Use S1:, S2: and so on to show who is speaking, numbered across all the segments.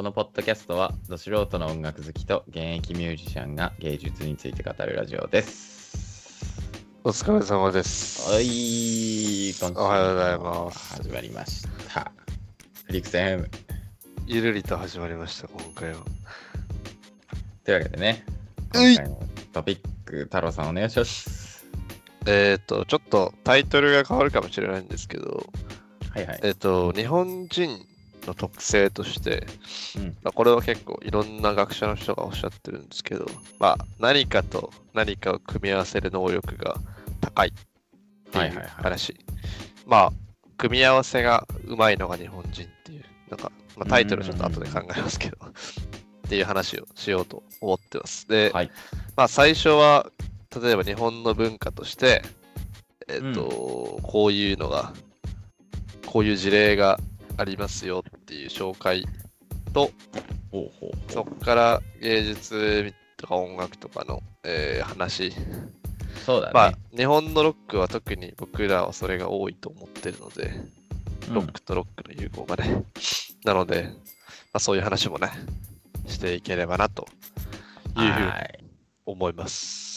S1: ドキャストは、ど素人の音楽好きと現役ミュージシャンが芸術について語るラジオです。
S2: お疲れ様です。
S1: はい、今週も
S2: おはようございます
S1: 始まりました。フリックス FM。
S2: ゆるりと始まりました、今回は。
S1: というわけでね、
S2: う
S1: 今
S2: い
S1: 回のトピック、太郎さんお願いします。
S2: えっ、と、ちょっとタイトルが変わるかもしれないんですけど、
S1: はいはい。
S2: えっ、と、日本人の特性として、
S1: うん
S2: まあ、これは結構いろんな学者の人がおっしゃってるんですけど、まあ、何かと何かを組み合わせる能力が高いって
S1: はいいはいうはい
S2: 話。まあ、組み合わせがうまいのが日本人っていう、なんか、まあ、タイトルちょっと後で考えますけど、っていう話をしようと思ってます。で、
S1: はい。
S2: まあ、最初は例えば日本の文化として、えっとこういうのがこういう事例がありますよっていう紹介と
S1: ほうほう
S2: そこから芸術とか音楽とかの、えー話、
S1: そうだね。
S2: まあ日本のロックは特に僕らはそれが多いと思ってるのでロックとロックの融合がね、なので、まあ、そういう話もねしていければなと
S1: うん
S2: いうふうに
S1: はい
S2: 思います。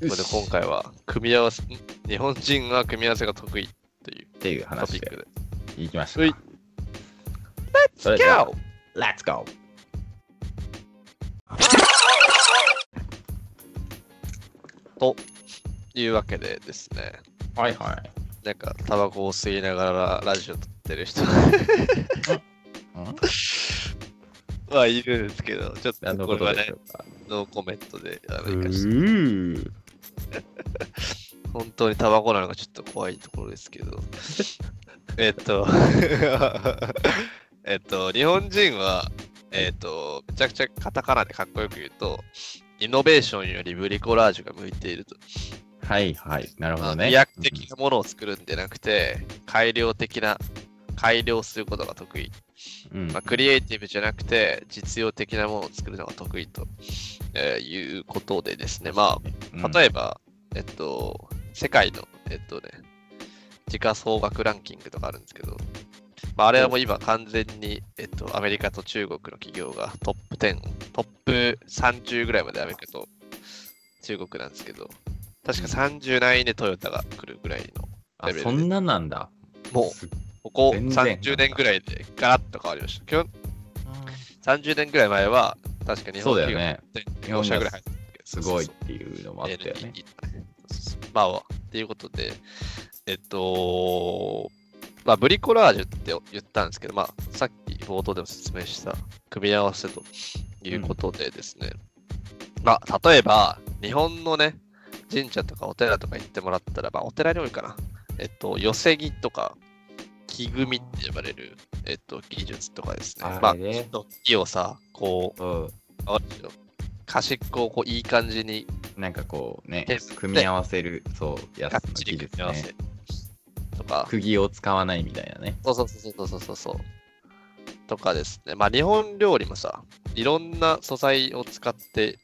S1: うっ
S2: それで今回は組み合わせん日本人は組み合わせが得意という
S1: っていう
S2: トピ
S1: 話
S2: ック
S1: で
S2: で。
S1: いきまし
S2: うい
S1: た。それでは
S2: Go!
S1: Let's go!
S2: というわけでですね、
S1: はいはい。
S2: なんかタバコを吸いながらラジオ撮ってる人はいるんですけど、ちょっ
S1: 何
S2: と
S1: の
S2: こ
S1: こと
S2: れは
S1: でし
S2: ね
S1: ょ、うか
S2: ノーコメントであ
S1: う
S2: の生かして
S1: ー
S2: 本当にタバコなのかちょっと怖いところです けど、えっと、 えっと、日本人は、えっと、めちゃくちゃカタカナでかっこよく言うと、イノベーションよりブリコラージュが向いていると。
S1: はいはい。なるほ
S2: まあ
S1: どね。
S2: 飛躍的なものを作るんじゃなくて、改良的な、改良することが得意。
S1: うん。うん
S2: まあ、クリエイティブじゃなくて、実用的なものを作るのが得意と、えーいうことでですね、まあ、例えば、えっと、世界の、えっとね、時価総額ランキングとかあるんですけど、まあ、あれはもう今完全に、えっと、アメリカと中国の企業がトップ10、トップ30ぐらいまでアメリカと中国なんですけど、確か30何位でトヨタが来るぐらいの
S1: あ
S2: レベルで
S1: そんななんだ。
S2: もう
S1: すっ
S2: ここ
S1: 全然なんだ
S2: 30年ぐらいでガラッと変わりました。きょ30年ぐらい前は、確か日
S1: そう
S2: 本
S1: だよ
S2: 企業
S1: ね。
S2: って5社ぐらい入ってる
S1: すごいっていうのもあったよね。
S2: LTE まあ、っていうことで、えっと、まあ、ブリコラージュって言ったんですけど、まあ、さっき冒頭でも説明した組み合わせということでですね、まあ、例えば、日本のね、神社とかお寺とか行ってもらったら、まあ、お寺に多いかな。えっと、寄せ木とか、木組みって呼ばれる、えっと、技術とかですね。ま
S1: あ
S2: あ、
S1: れね
S2: 木をさ、こう
S1: うん。、
S2: あるでしょ端っこをこういい感じに
S1: なんかこうね
S2: テープ、
S1: 組み合わせる、そう、やつ
S2: がっ
S1: の
S2: ちり
S1: 技
S2: 組
S1: 術
S2: み合わ
S1: ね
S2: せ。とか、
S1: 釘を使わないみたいなね。
S2: そうそうそうそうそうそうそう。とかですね。まあ日本料理もさ、いろんな素材を使って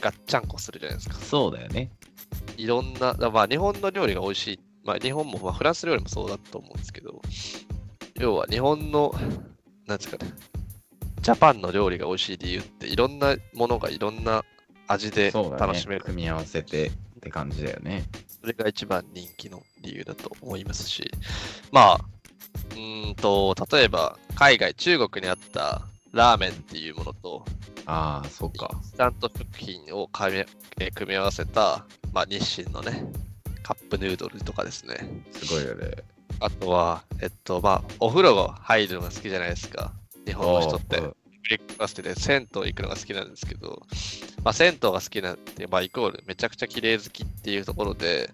S2: ガッチャンコするじゃないですか。
S1: そうだよね。
S2: いろんな、まあ日本の料理が美味しい。まあ日本も、まあフランス料理もそうだと思うんですけど、要は日本の、なんですかね、ジャパンの料理が美味しい理由っていろんなものがいろんな味で
S1: そうだ
S2: 楽
S1: ね
S2: しめ。る。
S1: 組み合わせてって感じだよね。
S2: それが一番人気の理由だと思いますし、まあ、うーんと、例えば、海外、中国にあったラーメンっていうものと、
S1: ああ、そう
S2: イ
S1: か。
S2: ンスタント食品を組み,えー、組み合わせた、まあ、日清のね、カップヌードルとかですね。
S1: すごいよね。
S2: あとは、えっと、まあ、お風呂が入るのが好きじゃないですか。日本の人って。
S1: うん
S2: ブレックファストで銭湯行くのが好きなんですけど、まあ、銭湯が好きなんて、まあ、イコールめちゃくちゃ綺麗好きっていうところで、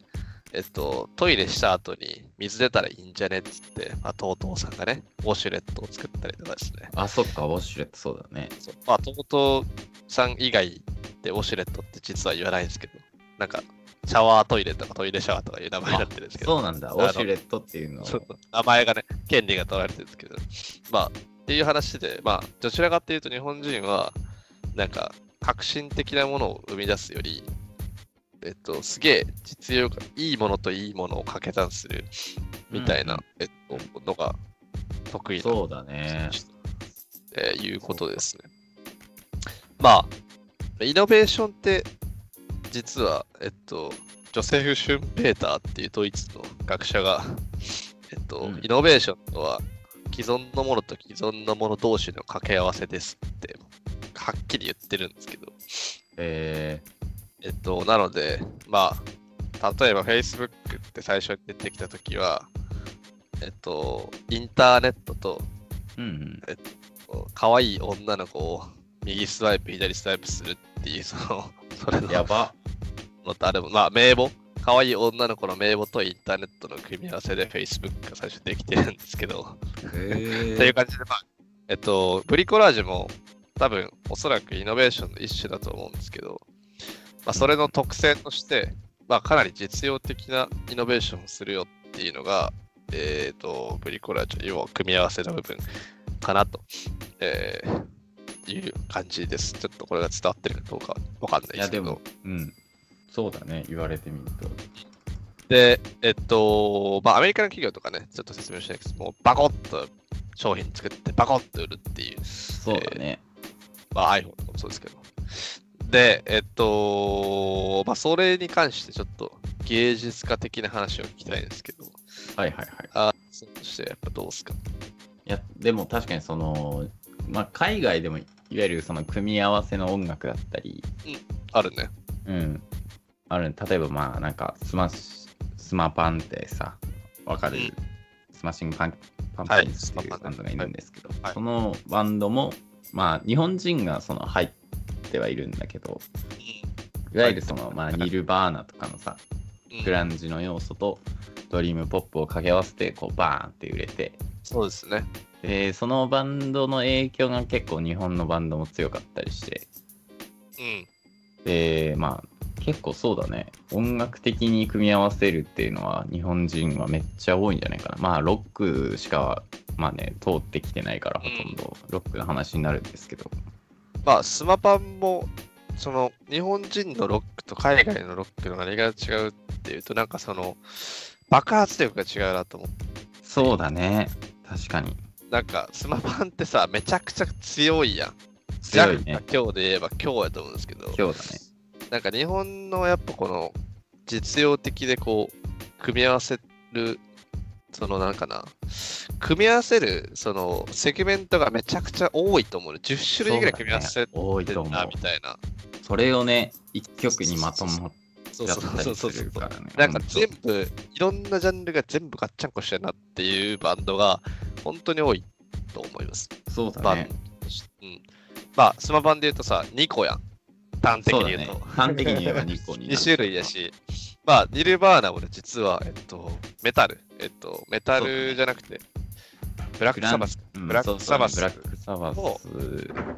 S2: えっと、トイレした後に水出たらいいんじゃねっつって、まあ、TOTO さんがね、ウォシュレットを作ったりとかですね。
S1: あ、そっか、ウォッシュレットそうだね。
S2: そうまあ、TOTO さん以外でウォシュレットって実は言わないんですけど、なんか、シャワートイレとかトイレシャワーとかいう名前になってるんですけど、
S1: そうなんだ、ウォシュレットっていうのを。
S2: そう名前がね、権利が取られてるんですけど、まあ、っていう話で、まあ、どちらかっていうと日本人は、なんか、革新的なものを生み出すより、えっと、すげえ実用がいいものといいものを掛け算するみたいな、
S1: うん
S2: えっと、のが得意な
S1: そうだね。
S2: えーいうことですね。まあ、イノベーションって、実は、えっと、ジョセフ・シュンペーターっていうドイツの学者が、 えっと、
S1: うん
S2: イノベーションとは、既存のものと既存のもの同士の掛け合わせですって、はっきり言ってるんですけど、
S1: え
S2: えっと、なので、まあ、例えば Facebook って最初に出てきたときは、えっと、インターネットと
S1: ー、うん
S2: こう可愛い女の子を右スワイプ、左スワイプするっていう、その、 それ
S1: う
S2: の
S1: ん。やば。
S2: のとあれも、まあ、名簿、可愛い女の子の名簿とインターネットの組み合わせで Facebook が最初できてるんですけど、
S1: え
S2: という感じで、まあ、えっと、ブリコラージュも多分、おそらくイノベーションの一種だと思うんですけど、まあ、それの特性として、まあ、かなり実用的なイノベーションをするよっていうのが、えっ、と、ブリコラージュ、要は組み合わせの部分かなと、えーいう感じです。ちょっとこれが伝わってるかどうかわかんない
S1: い
S2: で
S1: や、
S2: すけ
S1: で
S2: ど。
S1: も、うん。そうだね、言われてみると。
S2: で、えっと、まあ、アメリカの企業とかね、ちょっと説明しないけど、もうバコッと商品作って、バコッと売るっていう、
S1: そうだね。
S2: まあ、iPhone とかもそうですけど。で、えっと、まあ、それに関してちょっと芸術家的な話を聞きたいんですけど、
S1: はいはいはい。
S2: あそうとしてやっぱどうですか
S1: いや、でも確かにその、まあ、海外でもいわゆるその組み合わせの音楽だったり、
S2: あるね。
S1: うん。ある例えばまあなんかスマッシュ、スマパンってさ、わかる、
S2: うん
S1: スマッシングパンパン
S2: は
S1: パ
S2: い
S1: ンチっていう
S2: スマパ
S1: バ
S2: ン
S1: ンドがいるんですけど、
S2: はい
S1: そのバンドも、まあ日本人がその入ってはいるんだけど、いわゆるその、まあ、ニルバーナとかのさ、
S2: うん
S1: グランジの要素とドリームポップを掛け合わせて、こうバーンって売れて、
S2: そうですね。
S1: でそのバンドの影響が結構日本のバンドも強かったりして
S2: うん。
S1: でまあ結構そうだね音楽的に組み合わせるっていうのは日本人はめっちゃ多いんじゃないかなまあロックしかまあね通ってきてないからほとんどロックの話になるんですけど、
S2: まあ、スマパンも、その、日本人のロックと海外のロックの何が違うっていうと、なんかその、爆発力が違うなと思って、
S1: そうだね確かに
S2: なんか、スマパンってさ、めちゃくちゃ強いやん。
S1: 強いね
S2: ジャックが今日で言えば今日やと思うんですけど、
S1: 今日だね
S2: なんか日本のやっぱこの、実用的でこう、組み合わせる、そのなんかな、組み合わせる、その、セグメントがめちゃくちゃ多いと思うの。10種類ぐらい組み合わせ
S1: そうだね多い
S2: て
S1: と
S2: る
S1: 思
S2: な、
S1: う
S2: みたいな。
S1: それをね一曲にまとまっ
S2: そ
S1: ちゃったりするからね
S2: なん
S1: ほ
S2: か
S1: と
S2: 全部、いろんなジャンルが全部ガッチャンコしてるなっていうバンドが本当に多いと思います。
S1: そう
S2: バ
S1: だ
S2: ン
S1: ね
S2: ドとしてうん、まあ、スマバンで言うとさ、2個やん。端的
S1: そうだ
S2: に言
S1: ね
S2: うと。
S1: 端的に言えば2個にな る
S2: 2種類やし、まあ、ニルバーナもね、実は、えっと、メタル、えっと、メタルじゃなくて、ブラッ
S1: グ
S2: ク
S1: ラ
S2: サ
S1: ン
S2: バス、
S1: うん
S2: ブラック
S1: そうそう
S2: サバス
S1: ブラックサバス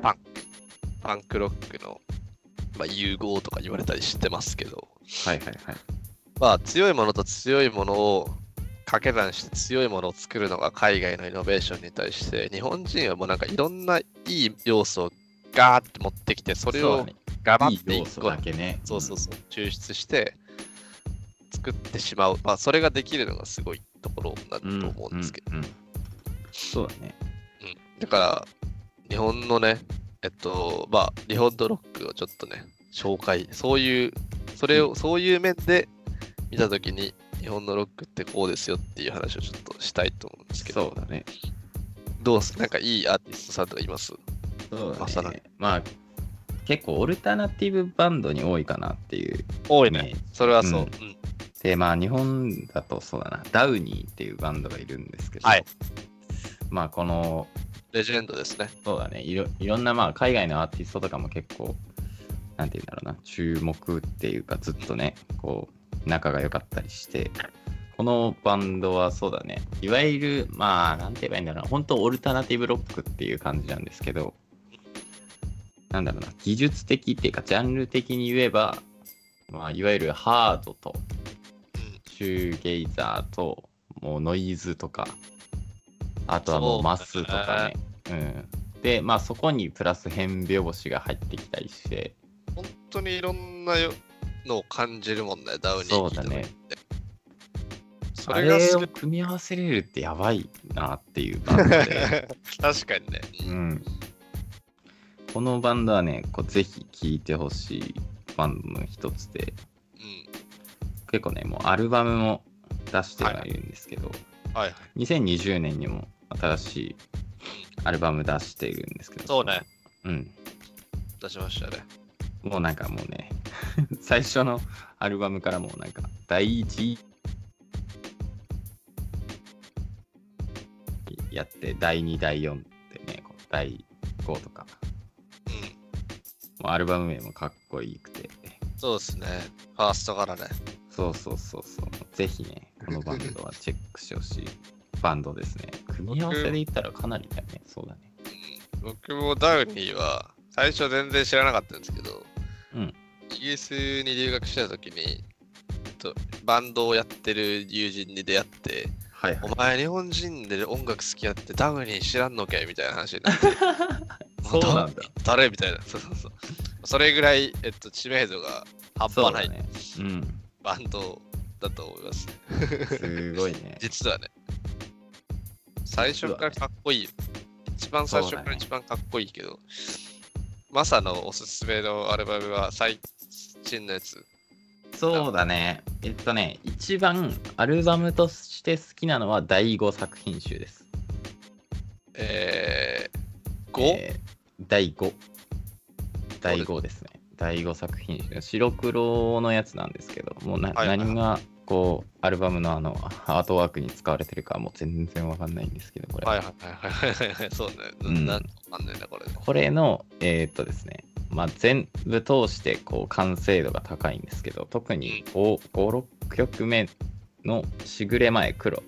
S2: パンク、パンクロックの、まあ、融合とか言われたりしてますけど、
S1: はいはいはい。
S2: まあ、強いものと強いものを掛け算して強いものを作るのが海外のイノベーションに対して、日本人はもうなんかいろんないい要素をガーって持ってきて、それ
S1: そうだ
S2: を
S1: ね
S2: ガバ
S1: い
S2: ッ
S1: い
S2: て
S1: 要
S2: 一
S1: 素
S2: 個
S1: だけね。
S2: そうそうそう、抽出して作ってしまう。まあ、それができるのがすごいところだ
S1: うん。
S2: と思うんですけど。
S1: ど。そうだね。
S2: うんだから、日本のね、えっと、まあ、日本のロックをちょっとね、紹介、そういう、それを、そういう面で見たときに、日本のロックってこうですよっていう話をちょっとしたいと思うんですけ
S1: そ
S2: ど、
S1: うだね。
S2: どうすなんかいいアーティストさんとかいます
S1: そう
S2: まさ
S1: だ
S2: か
S1: ね。まあ、結構オルタナティブバンドに多いかなっていう。
S2: 多い
S1: ね。
S2: それはそう。
S1: う
S2: うんん。
S1: で、まあ、日本だとそうだな。ダウニーっていうバンドがいるんですけど。
S2: はい
S1: まあ、この、
S2: レジェンドですね。
S1: そうだね。いろいろんな、まあ、海外のアーティストとかも結構、なんて言うんだろうな、注目っていうか、ずっとね、こう、仲が良かったりして、このバンドはそうだね、いわゆる、まあ、なんて言えばいいんだろうな、本当オルタナティブロックっていう感じなんですけど、なんだろうな、技術的っていうか、ジャンル的に言えば、まあ、いわゆるハードと、シューゲイザーと、もうノイズとか、あとはもうマスとかね。うん。で、まあそこにプラス変拍子が入ってきたりして、
S2: 本当にいろんなよのを感じるもんね、ダウニー
S1: そうだね。
S2: そ
S1: あ
S2: れが
S1: れ
S2: す
S1: を
S2: ごい。
S1: 組み合わせれるってやばいなっていうバンドで。
S2: 確かにね。
S1: うん。このバンドはね、こうぜひ聴いてほしいバンドの一つで、
S2: うん。
S1: 結構ね、もうアルバムも出してはいるんですけど、
S2: はいはい。
S1: 2020年にも新しいアルバム出しているんですけど、
S2: そうね。
S1: うん。
S2: 出しましたね。
S1: もうなんかもうね、 最初のアルバムからもうなんか、第一やって、第2、第4ってね、こう第5とか、
S2: うん。
S1: もうアルバム名もかっこいいくて、
S2: そうですね。ファーストからね。
S1: そうそうそうそう、ぜひね、このバンドはチェックしてほしいバンドですね。組み合わせで言ったらかなりだよね、そうだね。
S2: 僕もダウニーは最初全然知らなかったんですけど、
S1: うん
S2: イギリスに留学してた時に、えっと、バンドをやってる友人に出会って、
S1: はい
S2: お前日本人で音楽好きやってダウニー知らんのけみたいな話になって、
S1: そうなんだ。
S2: 誰みたいな。そうそうそう。それぐらい、えっと、知名度が 半
S1: そう
S2: 端な
S1: だ
S2: い、
S1: ね。うん。
S2: バンドだと思いますね。
S1: すごいね。
S2: 実はね。最初からかっこいいよ。一番最初か
S1: そうだね
S2: ら一番かっこいいけど、マサのおすすめのアルバムは最新のやつ。
S1: そうだね。えっとね、一番アルバムとして好きなのは第5作品集です。
S2: えー、5?
S1: えー第5。第5ですね。第5作品集。白黒のやつなんですけど、もうな、
S2: はいはい
S1: 何がこう、アルバムのあの、アートワークに使われてるかはもう全然わかんないんですけど、これ。
S2: はいはいはいはいはい。そうね。な
S1: うん
S2: なんかわかんないな、これね。
S1: これの、えーっとですね、まあ、全部通してこう完成度が高いんですけど、特に5、5 6曲目のしぐれ前黒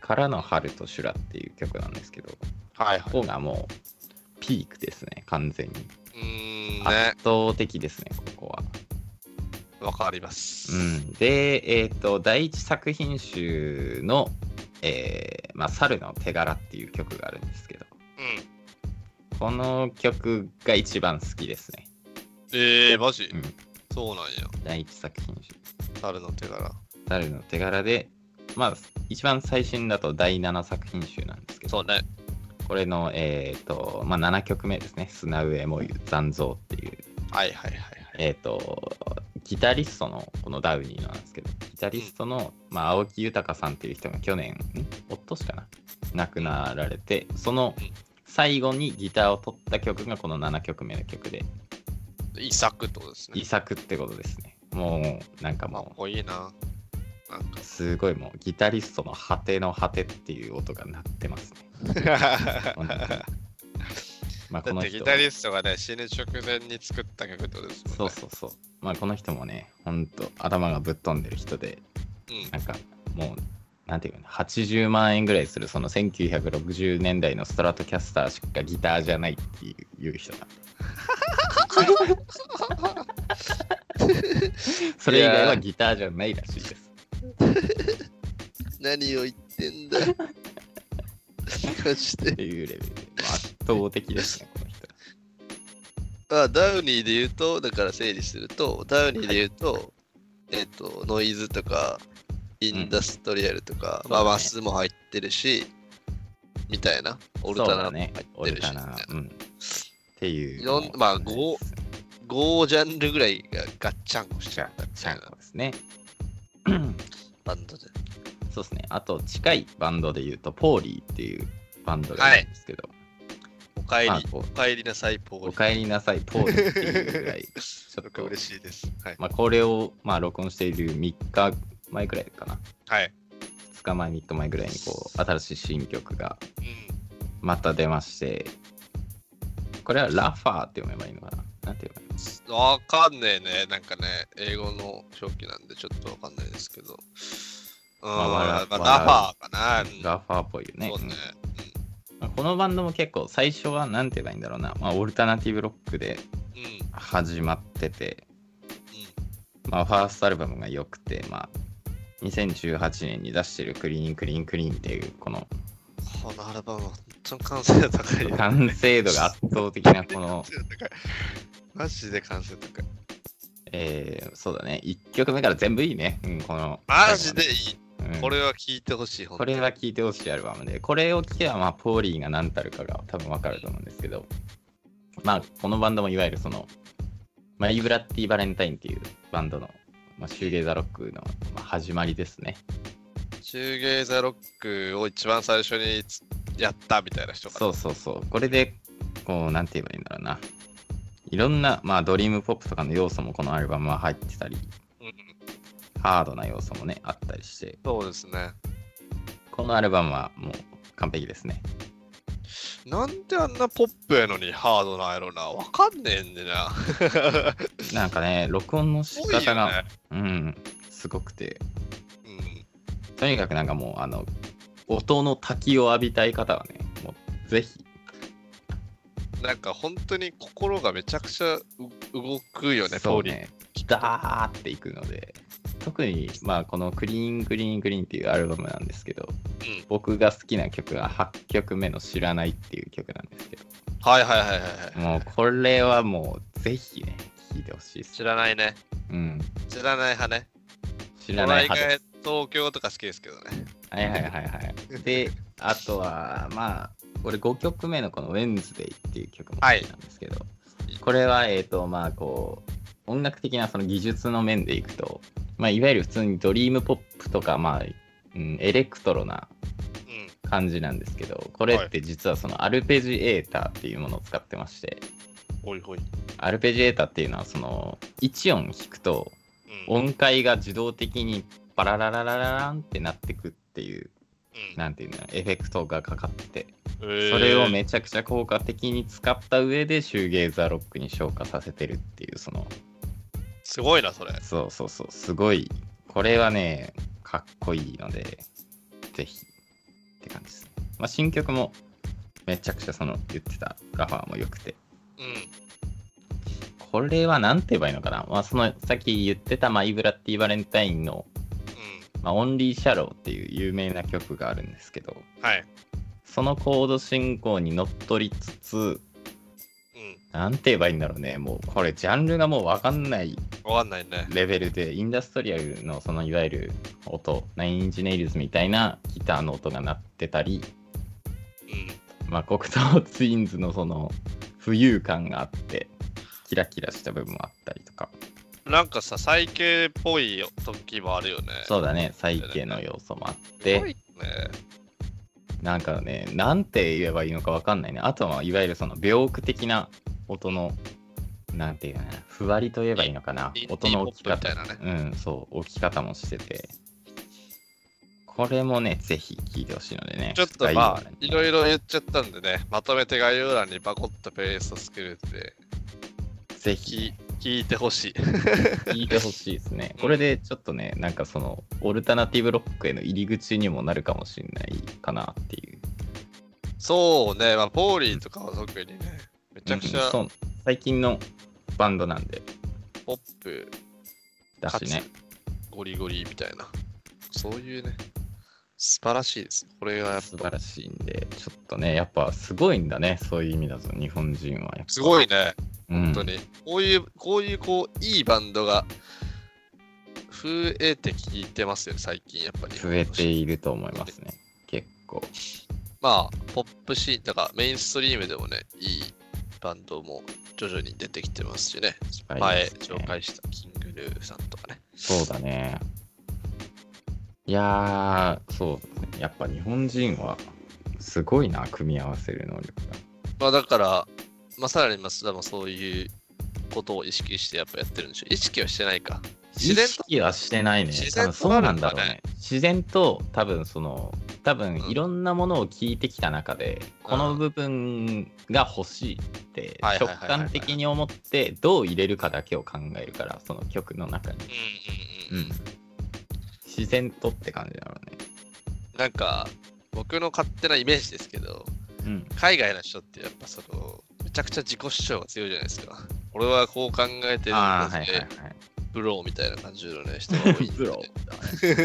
S1: からの春と修羅っていう曲なんですけど、
S2: はいはい。
S1: ここがもうピークですね、完全に。
S2: うーん、
S1: 圧
S2: ね。
S1: 倒的ですね、ここは。
S2: わかります。
S1: うん、で、えーっと、第一作品集の、えーまあ、猿の手柄っていう曲があるんですけど、
S2: うん
S1: この曲が一番好きですね。
S2: えー、マジ、
S1: うん
S2: そうなんや。
S1: 第一作品集。
S2: 猿の手柄。
S1: 猿の手柄で、まあ、一番最新だと第7作品集なんですけど、
S2: そうね。
S1: これの、えーとまあ、7曲目ですね、砂上もゆ残像っていう、
S2: はいはいはいはい。
S1: えーと、ギタリストの、このダウニーなんですけど、ギタリストの、まあ、青木豊さんっていう人が去年、んおとしかな、亡くなられて、その
S2: うん
S1: 最後にギターを取った曲がこの7曲目の曲で、
S2: いい作ってことですね
S1: 遺。作ってことですね。もう、なんか
S2: まあ、
S1: もう
S2: かっ。こいいな。なんか
S1: すごいもうギタリストの果ての果てっていう音が鳴ってますね。本 当に
S2: だ
S1: まあこ
S2: っ
S1: の
S2: てギ
S1: 人
S2: タリストがね、死ぬ直前に作った曲ってことですも
S1: そ
S2: ん
S1: う
S2: ね。
S1: そうそう。まあこの人もね、ほんと頭がぶっ飛んでる人で、
S2: うん
S1: なんかもう、なんていうかな、80万円ぐらいするその1960年代のストラトキャスターしかギターじゃないっていういう人なんで。それ以外はギターじゃないらしいです。
S2: 何を言ってんだよ。そして
S1: っ、ていうレベルで、まあ圧倒的ですね、この人。
S2: まあ、ダウニーで言うと、だから整理すると、ダウニーで言うと、えっと、ノイズとか、インダストリアルとか、
S1: うん
S2: まあ、
S1: そうだね
S2: マスも入ってるし、みたいな、オルタナも入っ
S1: オ
S2: て
S1: ル
S2: るし、
S1: タ
S2: みたい
S1: ナ
S2: な、
S1: うん。っていう。
S2: いろんまあ五5ジャンルぐらいがガッチャンコし
S1: じ
S2: ちゃ
S1: ゃ
S2: った
S1: あ
S2: み、
S1: ち
S2: た
S1: ゃ
S2: い
S1: ん
S2: な
S1: こですね。
S2: バンドで。
S1: そうですね。あと、近いバンドで言うと、ポーリーっていうバンドがあるんですけど、
S2: おかえ
S1: まあ
S2: り、
S1: こ
S2: おかえりなさい、ポ
S1: うお
S2: ーリ
S1: かえりなさい、ポーリーっていうぐ らい、ち
S2: す
S1: ょ
S2: ご
S1: っ
S2: く
S1: と、
S2: 嬉しいです。はい。
S1: まあ、これを、まあ、録音している3日前ぐらいかな。
S2: はい。
S1: 2日前、3日前ぐらいに、こう、新しい新曲が
S2: うん。
S1: また出まして、これはラファーって読めばいいのかななんて読めばいいの
S2: わかんねえね。なんかね、英語の表記なんでちょっとわかんないですけど。うん、
S1: あわら
S2: まあ、ラ
S1: わ
S2: ファーかな。うん
S1: ラファーっぽいよね。
S2: そうね。
S1: まあこのバンドも結構最初は何て言えばいいんだろうな、まあ、オルタナティブロックで
S2: うん。うん。
S1: 始まってて、
S2: う
S1: まあ、ファーストアルバムが良くて、まあ、2018年に出してる「クリーンクリーンクリーン」っていうこの
S2: ん。このアルバムは本当に完成度 高い。
S1: 完成度が圧倒的なこの
S2: 完、成度高い。マジで完成度高い。
S1: えーそうだね1曲目から全部いいね、うん、この
S2: マジでいい。
S1: うん
S2: これは聞いてほしい。
S1: これは聴いてほしいアルバムでこれを聴けばまあポーリーが何たるかが多分わかると思うんですけどまあ、このバンドもいわゆるその、まあ、イブラッティ・バレンタインっていうバンドの、まあ、シューゲイザーロックの、まあ、始まりですね。
S2: シューゲイザーロックを一番最初につやったみたいな人か
S1: そうそうそう。これで、こう、なんて言えばいいんだろうな。いろんな、まあ、ドリームポップとかの要素もこのアルバムは入ってたり、
S2: な、うん。
S1: ハードな要素もね、あったりして、
S2: そうですね。
S1: このアルバムはもう完璧ですね。
S2: なんであんなポップやのにハードなんやろな。わかんねえんでな。
S1: なんかね、録音の 仕
S2: 多い
S1: 方
S2: よ
S1: が、
S2: ね。
S1: うん、すごくて、
S2: うん。
S1: とにかくなんかもう、あの、音の滝を浴びたい方はね、もう、ぜひ、
S2: なんか本当に心がめちゃくちゃう動くよね、
S1: そ
S2: ポ
S1: う
S2: ーリー。
S1: ね、ダーっていくので、特に、まあ、このクリーングリーングリーンっていうアルバムなんですけど、
S2: うん
S1: 僕が好きな曲が8曲目の知らないっていう曲なんですけど、
S2: はいはいはいはいはい。
S1: もうこれはもうぜひね、聴いてほしいです。
S2: 知らないね。
S1: うん。
S2: 知らない派ね。
S1: 知らない派です。
S2: 俺は意外東京とか好きですけどね。
S1: はいはいはいはい。で、あとは、まあ、俺5曲目のこの Wednesday っていう曲も好きなんですけど、
S2: い
S1: これは、えっ、と、まあ、こう、音楽的なその技術の面でいくと、まあ、いわゆる普通にドリームポップとか、まあ、うん、エレクトロな
S2: うん。
S1: 感じなんですけど、これって実はそのアルペジエーターっていうものを使ってまして、
S2: ほいほい。
S1: アルペジエーターっていうのはその1音弾くと
S2: うん。
S1: 音階が自動的にバラララララランってなってくっていうなんていうのエフェクトがかかって
S2: そ
S1: てそれをめちゃくちゃ効果的に使った上でシューゲイザーロックに昇華させてるっていうその
S2: すごいな、それ。
S1: そうそうそうすごいこれはねかっこいいのでぜひって感じですね、まあ、新曲もめちゃくちゃその言ってたラファーも良くて
S2: うん。
S1: これはなんて言えばいいのかな、まあ、そのさっき言ってた、まあ、イブラッティ・バレンタインの、まあ、オンリー・シャローっていう有名な曲があるんですけど、
S2: うん。はい。
S1: そのコード進行にのっとりつつ、
S2: うん。
S1: なんて言えばいいんだろうね、もうこれ、ジャンルがもう分かんない
S2: わかんないね。
S1: レベルで、インダストリアルのそのいわゆる音、ナインインジネイルズみたいなギターの音が鳴ってたり、
S2: うん。
S1: まあ、黒糖ツインズのその浮遊感があって、キラキラした部分もあったりとか。
S2: なんかさ、最系っぽい時もあるよね。
S1: そうだね、再起の要素もあっ
S2: すご
S1: て、
S2: いね。
S1: なんかね、なんて言えばいいのかわかんないね。あとは、いわゆるその病句的な音の、なんていうのかな、ふわりと言えばいいのかな
S2: イン、デ
S1: 音
S2: ィー
S1: の
S2: ポ
S1: 置
S2: ッ
S1: き
S2: プみた
S1: 方、
S2: いなね。
S1: うん、そう、置き方もしてて、これもね、ぜひ聞いてほしいのでね。
S2: ちょっとまあ
S1: 概要欄、に
S2: いろいろ言っちゃったんでね、まとめて概要欄にバコッとペースト作るって
S1: ぜひ
S2: 聞聞いてほしい。
S1: 聞いてほしいですね。これでちょっとね、なんかその、オルタナティブロックへの入り口にもなるかもしれないかなっていう。
S2: そうね、まあ、ポーリーとかは特にね、めちゃくち
S1: うん
S2: ゃ
S1: そう最近のバンドなんで、
S2: ポップ、
S1: だ
S2: か
S1: し
S2: つ
S1: ね。
S2: ゴリゴリみたいな。そういうね、素晴らしいです。これがやっ
S1: 素晴
S2: ぱ、
S1: らしいんで、ちょっとね、やっぱすごいんだね、そういう意味だと、日本人はやっぱ。
S2: すご
S1: い、
S2: いね、
S1: 本
S2: 本当。に。こういう、こういう、こう、いいバンドが増えて聞いてますよね、最近やっぱり。
S1: 増えていると思いますね、結構。
S2: まあ、ポップシーン、だからメインストリームでもね、いいバンドも徐々に出てきてますしね。
S1: はい
S2: 前
S1: ですね
S2: 紹介したキングルーさんとかね。
S1: そうだね。いやー、そうですね。やっぱ日本人は、すごいな、組み合わせる能力が。
S2: まあだから、まあさらに松田もそういうことを意識してやっぱやってるんでしょ。意識はしてないか。自然
S1: 意識はしてないね。
S2: 自
S1: 多
S2: 然と
S1: 分そうなんだろう
S2: なる
S1: ね。自然と多分その多分
S2: うん
S1: いろんなものを聞いてきた中で、この部分が欲しいって
S2: はいはい
S1: 直
S2: はいはいはい
S1: 感的に思ってどう入れるかだけを考えるからその曲の中に、
S2: と。うんうんうん。
S1: 自然とって感じだろ
S2: なんか、僕の勝手なイメージですけど、
S1: うね。
S2: 海外の人ってやっぱその、めちゃくちゃ自己主張が強いじゃないですか。俺はこう考えて
S1: うん。
S2: る
S1: あ
S2: ん
S1: あはい
S2: で
S1: は
S2: す
S1: いは
S2: ね
S1: い。。
S2: ブローみたいな感じのね、人が 多いんで。
S1: プロ。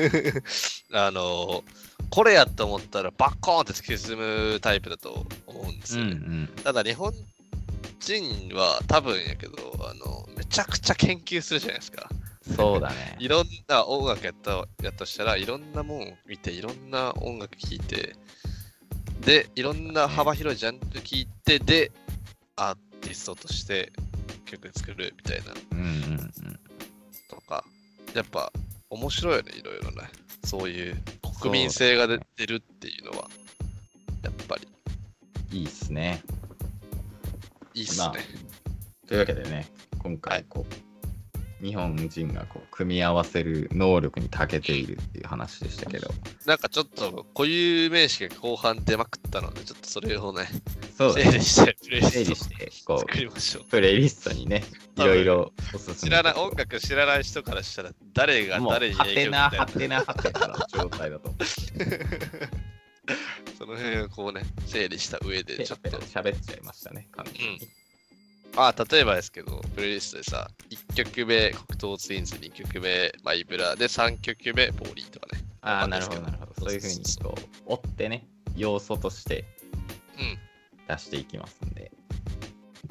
S2: あのこれやと思ったらバッコーンって突き進むタイプだと思うんで
S1: う
S2: す
S1: んう
S2: よ、ね
S1: ん。
S2: ただ日本人は多分やけど、あのめちゃくちゃ研究するじゃないですか。
S1: そうだね
S2: い。ろんな音楽やったやとしたらいろんなもん見て、いろんな音楽聴いて、で、いろんな幅広いジャンル聴いて、で、アーテティストとして曲作るみたいな
S1: うんうんうん。
S2: とか、やっぱ面白いよね、いろいろね。そういう国民性が出てるっていうのは、やっぱり
S1: いいっすね。
S2: いいっす
S1: ま
S2: ね。
S1: というわけでね、今回こう、日本人がこう組み合わせる能力に長けているっていう話でしたけど、
S2: なんかちょっと固有名詞が後半出まくったので、ちょっとそれをね、
S1: そう
S2: 整
S1: だね
S2: 理して、プレイ
S1: 整理
S2: リス
S1: し
S2: ト
S1: て、こ
S2: 作
S1: う、
S2: りましょう。
S1: プレイリストにね、い
S2: 多分
S1: ろいろおすす
S2: 知
S1: め
S2: らない、音楽知らない人からしたら、誰が
S1: もう、
S2: 誰に
S1: は
S2: 影響
S1: て
S2: み
S1: な、
S2: たい
S1: は
S2: な、
S1: てな、はてなの状態 だと思う。
S2: その辺をこうね、整理した上で、
S1: ペ
S2: ちょ
S1: ラ
S2: っ
S1: ペ
S2: と
S1: ラ、喋っちゃいましたね、完全に。
S2: まあ、例えばですけど、プレイリストでさ、1曲目、黒糖ツインズ、2曲目、マイブラで、3曲目、ボーリーとかね。
S1: ああ、
S2: わかんな
S1: ないる
S2: です
S1: ほ
S2: け
S1: ど、な
S2: ど
S1: るほど。そういうふうに
S2: そ
S1: こう、追ってね、要素として
S2: うん
S1: 出していきますんで、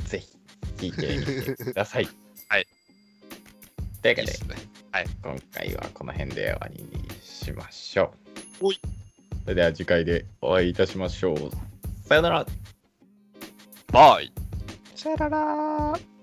S1: ぜひ、聞いてみてください。
S2: はい。
S1: というわけ
S2: いいっ
S1: で、
S2: すね。
S1: 今回はこの辺で終わりにしましょう。
S2: ほい
S1: それでは次回でお会いいたしましょう。さよなら。
S2: バイ
S1: さよなら。